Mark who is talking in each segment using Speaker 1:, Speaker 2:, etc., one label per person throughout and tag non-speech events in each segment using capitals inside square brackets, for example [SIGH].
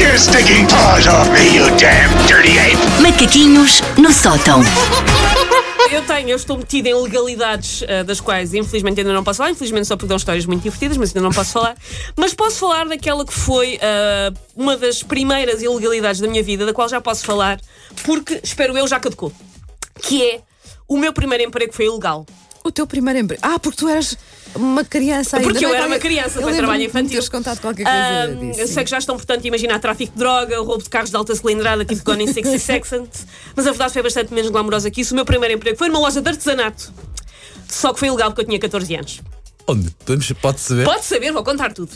Speaker 1: your stinking paws off me, you damn dirty ape!
Speaker 2: Macaquinhos no sótão.
Speaker 3: Eu tenho, eu estou metida em legalidades ah, das quais infelizmente ainda não posso falar, infelizmente só porque dão histórias muito divertidas, mas ainda não posso falar. Mas posso falar daquela que foi ah, uma das primeiras ilegalidades da minha vida, da qual já posso falar, porque espero eu já caducou. Que é o meu primeiro emprego foi ilegal.
Speaker 4: O teu primeiro emprego. Ah, porque tu eras uma criança ainda.
Speaker 3: Porque eu
Speaker 4: Bem,
Speaker 3: era uma
Speaker 4: qualquer-
Speaker 3: criança,
Speaker 4: eu
Speaker 3: foi trabalho
Speaker 4: lembro-me de
Speaker 3: infantil.
Speaker 4: Teres contado qualquer
Speaker 3: Ah,
Speaker 4: coisa disso.
Speaker 3: eu sei que já estão, portanto, a imaginar tráfico de droga, roubo de carros de alta cilindrada, tipo Gone in
Speaker 4: [LAUGHS]
Speaker 3: 60 Seconds, mas a verdade foi bastante menos glamourosa que isso. O meu primeiro emprego foi numa loja de artesanato, só que foi ilegal porque eu tinha 14 anos.
Speaker 5: Onde? Podemos, pode saber?
Speaker 3: Pode saber, vou contar tudo.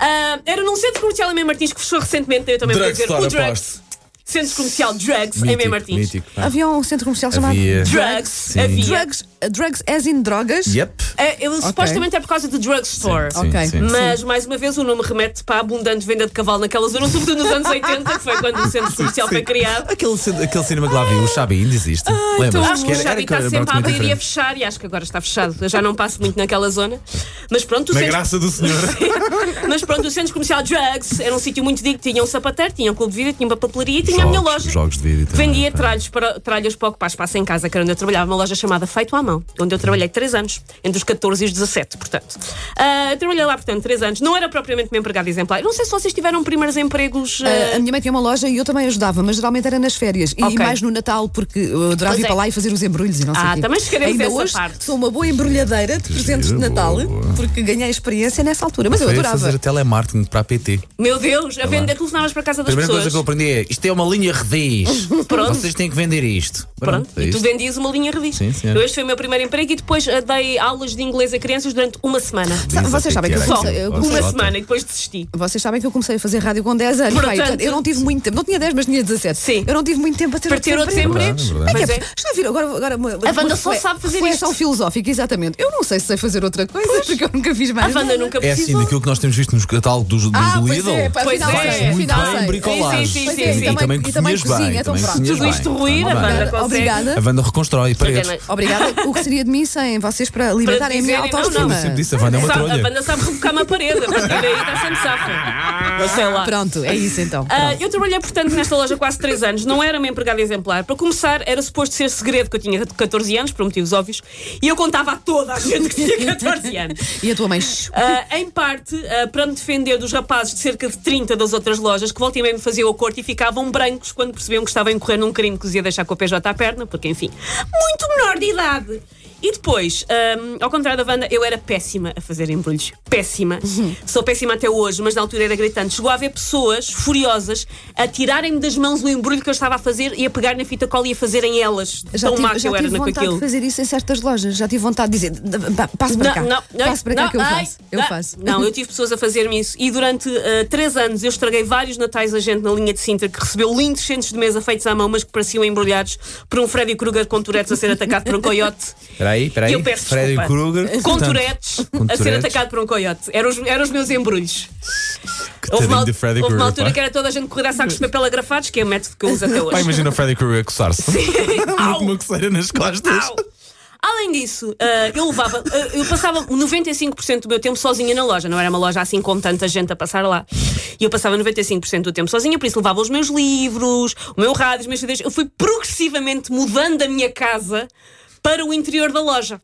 Speaker 3: Ah, era num centro comercial em Meio Martins que fechou recentemente, eu também vou dizer o
Speaker 5: Drugstore,
Speaker 3: Drugs.
Speaker 5: aposto.
Speaker 3: Centro comercial Drugs em Meio Martins.
Speaker 5: mítico. pá.
Speaker 4: Havia um centro comercial
Speaker 5: Havia.
Speaker 4: chamado
Speaker 3: Drugs,
Speaker 5: Sim.
Speaker 3: havia.
Speaker 4: Drugs, drugs as in drogas.
Speaker 5: Yep.
Speaker 3: Ah, ele supostamente é por causa do drugstore.
Speaker 5: Sim,
Speaker 4: Ok.
Speaker 5: sim.
Speaker 3: Mas, mais uma vez, o nome remete para a abundante venda de cavalo naquela zona, sobretudo nos anos 80, que foi quando o [LAUGHS] centro comercial foi criado.
Speaker 5: Aquele, cin- aquele cinema que lá vi, o Xabi, ainda existe. Lembras?
Speaker 3: É, Acho que Ah, então o Xavi está sempre a abrir e a fechar, e acho que agora está fechado. Eu já não passo muito naquela zona. Mas pronto, o
Speaker 5: Na
Speaker 3: centro,
Speaker 5: graça do senhor.
Speaker 3: mas pronto, o centro comercial Drugs era um sítio muito digno. Tinha um sapateiro, tinha um clube de vida, tinha uma papelaria e [LAUGHS] tinha a minha
Speaker 5: Jogos-
Speaker 3: loja.
Speaker 5: jogos de vídeo também,
Speaker 3: Vendia
Speaker 5: pá.
Speaker 3: tralhos para, tralhas para ocupar espaço em casa, que era onde eu trabalhava, uma loja chamada Feito à Mão, onde eu trabalhei 3 anos, entre os 14 e os 17, portanto. Ah, trabalhei lá, portanto, 3 anos. Não era propriamente uma empregada exemplar. Eu Não sei se vocês tiveram primeiros empregos.
Speaker 4: Ah,
Speaker 3: ah,
Speaker 4: a minha mãe tinha uma loja e eu também ajudava, mas geralmente era nas férias e
Speaker 3: Ok.
Speaker 4: mais no Natal, porque eu adorava
Speaker 3: Pois
Speaker 4: ir
Speaker 3: é.
Speaker 4: para lá e fazer os embrulhos e não sei
Speaker 3: Ah,
Speaker 4: o quê.
Speaker 3: também chegaremos
Speaker 4: Ainda
Speaker 3: a essa
Speaker 4: hoje
Speaker 3: parte.
Speaker 4: sou uma boa embrulhadeira de presentes de
Speaker 5: giro,
Speaker 4: Natal,
Speaker 5: boa, boa.
Speaker 4: porque ganhei experiência nessa altura, mas eu
Speaker 5: Foi
Speaker 4: adorava.
Speaker 5: fazer telemarketing para a PT.
Speaker 3: Meu Deus, a venda telefonavas para a casa
Speaker 5: A
Speaker 3: das
Speaker 5: primeira
Speaker 3: pessoas.
Speaker 5: coisa que eu aprendi é isto é uma linha redis.
Speaker 3: [LAUGHS] Pronto.
Speaker 5: Vocês têm que vender isto.
Speaker 3: Pronto,
Speaker 5: é
Speaker 3: e tu
Speaker 5: isto.
Speaker 3: vendias uma linha revista.
Speaker 5: Sim, senhora.
Speaker 3: Eu, este foi o meu primeiro emprego e depois ah, dei aulas de inglês a crianças durante uma semana.
Speaker 4: Sabe, vocês sabem que eu
Speaker 5: é Era
Speaker 3: Só
Speaker 4: comecei,
Speaker 5: aquilo.
Speaker 4: eu
Speaker 5: Nossa,
Speaker 3: uma
Speaker 5: Jota. É
Speaker 3: semana e depois desisti.
Speaker 4: Vocês sabem que eu comecei a fazer rádio com 10 anos.
Speaker 3: Portanto-
Speaker 4: Pai, portanto, eu não tive muito tempo. Não tinha 10, mas tinha 17.
Speaker 3: Sim.
Speaker 4: Eu não tive muito tempo a ter
Speaker 3: Para ter outros
Speaker 4: emprego.
Speaker 3: empregos.
Speaker 5: É verdade,
Speaker 4: É
Speaker 3: Mas
Speaker 4: que é-
Speaker 3: é.
Speaker 4: Já viram agora, agora uma,
Speaker 3: A Wanda
Speaker 4: uma
Speaker 3: só
Speaker 4: refle-
Speaker 3: sabe fazer
Speaker 4: reflexão
Speaker 3: isto.
Speaker 4: filosófica, exatamente. Eu não sei se sei fazer outra coisa, porque eu nunca fiz
Speaker 3: A
Speaker 4: mais.
Speaker 3: Wanda
Speaker 4: nada.
Speaker 3: nunca
Speaker 5: É assim,
Speaker 3: precisou.
Speaker 5: daquilo que nós temos visto nos catálogos do, do
Speaker 4: Ah, pois
Speaker 5: Lidl.
Speaker 4: é, pá,
Speaker 3: Pois
Speaker 4: afinal
Speaker 3: é,
Speaker 4: sei,
Speaker 5: muito
Speaker 4: afinal
Speaker 5: bem,
Speaker 4: sei.
Speaker 5: bricolagem.
Speaker 3: Sim, sim, sim,
Speaker 5: E
Speaker 3: sim.
Speaker 5: também,
Speaker 4: E também
Speaker 5: cozinhas
Speaker 4: cozinha,
Speaker 5: bem.
Speaker 4: então
Speaker 5: também
Speaker 4: pronto.
Speaker 5: cozinhas
Speaker 3: Tudo
Speaker 5: bem.
Speaker 3: isto ruir,
Speaker 5: Também
Speaker 3: a
Speaker 5: bem.
Speaker 3: Wanda consegue.
Speaker 4: Obrigada.
Speaker 5: A Wanda reconstrói paredes.
Speaker 3: Sabe,
Speaker 4: Obrigada. O que seria de mim sem vocês para libertarem a minha
Speaker 3: dizerem, não,
Speaker 4: autoestima?
Speaker 3: não.
Speaker 5: Eu sempre disse, a Wanda é uma
Speaker 3: a
Speaker 5: trolha.
Speaker 3: banda sabe colocar uma parede. A partir daí está sempre safa. Sei lá.
Speaker 4: Pronto, é isso então.
Speaker 3: Ah, eu trabalhei, portanto, nesta loja quase 3 anos. Não era uma empregada exemplar. Para começar, era suposto ser segredo que eu tinha 14 anos, por motivos óbvios, e eu contava a toda a gente que tinha 14 anos.
Speaker 4: E a tua mãe? shh,
Speaker 3: Ah, em parte, ah, para me defender dos rapazes de cerca de 30 das outras lojas que volta e meia me faziam a corte e ficavam brancos quando percebiam que estava a incorrer num crime que os ia deixar com a PJ à perna, porque, enfim, muito menor de idade. E depois, ahm, ao contrário da Wanda, eu era péssima a fazer embrulhos. Péssima.
Speaker 4: Uhum.
Speaker 3: Sou péssima até hoje, mas na altura era gritante. Chegou a haver pessoas furiosas a tirarem-me das mãos o embrulho que eu estava a fazer e a pegar na fita cola e a fazerem elas.
Speaker 4: Já
Speaker 3: Tão má
Speaker 4: tive,
Speaker 3: que
Speaker 4: já
Speaker 3: eu
Speaker 4: tive
Speaker 3: era um com
Speaker 4: vontade
Speaker 3: aquilo.
Speaker 4: de fazer isso em certas lojas. Já tive vontade de dizer: "D- pá, passo para cá. passo para cá que eu
Speaker 3: ai,
Speaker 4: faço. Eu
Speaker 3: ah,
Speaker 4: faço.
Speaker 3: Não, eu tive pessoas a fazer-me isso. E durante ah, três anos eu estraguei vários natais a gente na linha de Sintra que recebeu lindos centros de mesa feitos à mão, mas que pareciam embrulhados por um Freddy Krueger com Tourettes a ser atacado por um coiote.
Speaker 5: Espera aí, espera
Speaker 3: E
Speaker 5: aí.
Speaker 3: eu peço
Speaker 5: Freddy
Speaker 3: desculpa.
Speaker 5: Krueger.
Speaker 3: Com
Speaker 5: portanto,
Speaker 3: Tourettes
Speaker 5: com
Speaker 3: a ser
Speaker 5: Tourette's.
Speaker 3: atacado por um coiote. Eram os, eram os meus embrulhos.
Speaker 5: Que
Speaker 3: Houve uma,
Speaker 5: tadinho de Freddy
Speaker 3: houve uma
Speaker 5: Krueger,
Speaker 3: altura
Speaker 5: pá.
Speaker 3: que era toda a gente correr a sacos de papel agrafados, que é o método que eu uso até hoje.
Speaker 5: Pá, imagina o Freddy Krueger a coçar-se. [LAUGHS] Uma-
Speaker 3: Au!
Speaker 5: Uma coceira nas costas.
Speaker 3: Au! Além disso, ah, eu levava, ah, eu passava 95% do meu tempo sozinha na loja, não era uma loja assim com tanta gente a passar lá. E eu passava 95% do tempo sozinha, por isso levava os meus livros, o meu rádio, os meus CDs. Eu fui progressivamente mudando a minha casa para o interior da loja.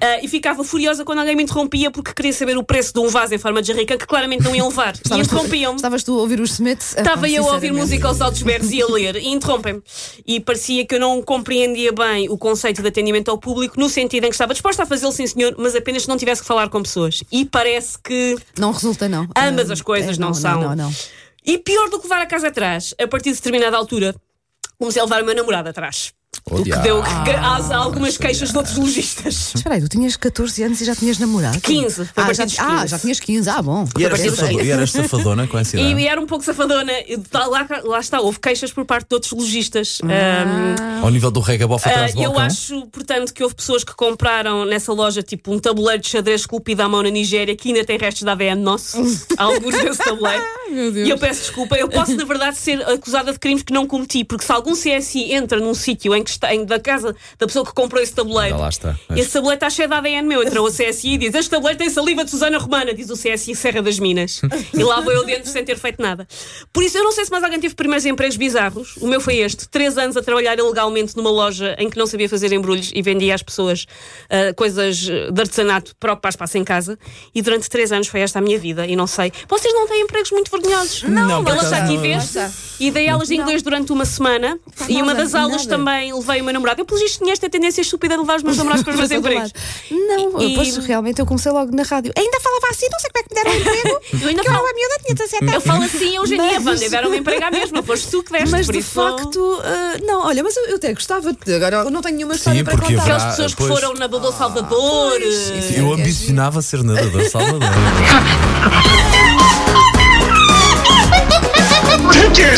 Speaker 3: Ah, e ficava furiosa quando alguém me interrompia porque queria saber o preço de um vaso em forma de jarrica que claramente não iam levar. e
Speaker 4: Estavas tu-
Speaker 3: interrompiam-me.
Speaker 4: Estavas tu a ouvir os Smiths? Ah,
Speaker 3: Estava
Speaker 4: pá,
Speaker 3: eu a ouvir
Speaker 4: sinceramente.
Speaker 3: música aos altos berros e a ler e interrompem-me. E parecia que eu não compreendia bem o conceito de atendimento ao público, no sentido em que estava disposta a fazê-lo, sim senhor, mas apenas se não tivesse que falar com pessoas. E parece que
Speaker 4: Não resulta, não.
Speaker 3: ambas
Speaker 4: Ah,
Speaker 3: as coisas
Speaker 4: é,
Speaker 3: não, são.
Speaker 4: Não, não.
Speaker 3: E pior do que levar a casa atrás, a partir de determinada altura, comecei a levar o meu namorado atrás. o que
Speaker 5: diabo.
Speaker 3: deu asa a algumas queixas de outros lojistas.
Speaker 4: Espera aí, tu tinhas 14 anos e já tinhas namorado?
Speaker 3: 15, foi a
Speaker 4: Ah,
Speaker 3: partir
Speaker 4: já,
Speaker 3: dos
Speaker 4: ah,
Speaker 3: 15.
Speaker 4: já tinhas 15. Ah, bom.
Speaker 5: E eras
Speaker 3: partir
Speaker 5: safado-
Speaker 3: daí.
Speaker 5: e é- eras safadona com essa
Speaker 3: E
Speaker 5: idade.
Speaker 3: era um pouco safadona. E Lá, lá está, houve queixas por parte de outros lojistas. Ahm,
Speaker 5: Ao nível do regabof atrás
Speaker 3: Ah,
Speaker 5: do
Speaker 3: eu
Speaker 5: balcão.
Speaker 3: acho, portanto, que houve pessoas que compraram nessa loja tipo um tabuleiro de xadrez esculpido à mão na Nigéria que ainda tem restos da ADN
Speaker 5: [LAUGHS]
Speaker 3: nosso. Há alguns desse tabuleiro. E eu peço desculpa. Eu posso, na verdade, ser acusada de crimes que não cometi, porque se algum CSI entra num sítio em que que está, em- da casa da pessoa que comprou esse tabuleiro.
Speaker 5: Ah, lá está.
Speaker 3: E esse tabuleiro está cheio de ADN meu. Entrou o CSI e diz: Este tabuleiro tem saliva de Susana Romana, diz o CSI Serra das Minas. e lá vou eu dentro sem ter feito nada. Por isso, eu não sei se mais alguém teve primeiros empregos bizarros. O meu foi este: três anos a trabalhar ilegalmente numa loja em que não sabia fazer embrulhos e vendia às pessoas ah, coisas ah, de artesanato para ocupar espaço em casa. E durante três anos foi esta a minha vida. E não sei. Vocês não têm empregos muito vergonhosos?
Speaker 5: Não, Não, por
Speaker 3: ela
Speaker 5: acaso
Speaker 3: já aqui
Speaker 5: não.
Speaker 3: vês. E dei aulas de inglês durante uma semana. E uma
Speaker 4: nada,
Speaker 3: das aulas
Speaker 4: nada.
Speaker 3: também levei o meu namorado. Eu, pelo visto, tinha esta tendência estúpida de
Speaker 4: [LAUGHS]
Speaker 3: levar os meus namorados para os meus
Speaker 4: Para todo
Speaker 3: empregos.
Speaker 4: lado. Não,
Speaker 3: E-
Speaker 4: pois realmente eu comecei logo na rádio. Ainda falava assim, não sei como é que me deram um emprego.
Speaker 3: [LAUGHS] Eu ainda
Speaker 4: que eu
Speaker 3: falo-
Speaker 4: era miúda, tinha 17 anos.
Speaker 3: Eu falo assim, eu Eugenia
Speaker 4: Mas-
Speaker 3: Wanda, deram-me emprego à mesma. Foste tu que deste,
Speaker 4: Mas
Speaker 3: por
Speaker 4: de
Speaker 3: isso...
Speaker 4: facto, ah, não, olha, mas eu, eu até gostava. de- Agora eu não tenho nenhuma história para
Speaker 5: porque
Speaker 4: contar.
Speaker 5: haverá-
Speaker 3: Aquelas pessoas que
Speaker 5: pois.
Speaker 3: foram na Babou Salvador...
Speaker 4: Ah, pois,
Speaker 3: eh,
Speaker 4: isso
Speaker 5: Eu ambicionava ser nadador salvador.
Speaker 1: Take your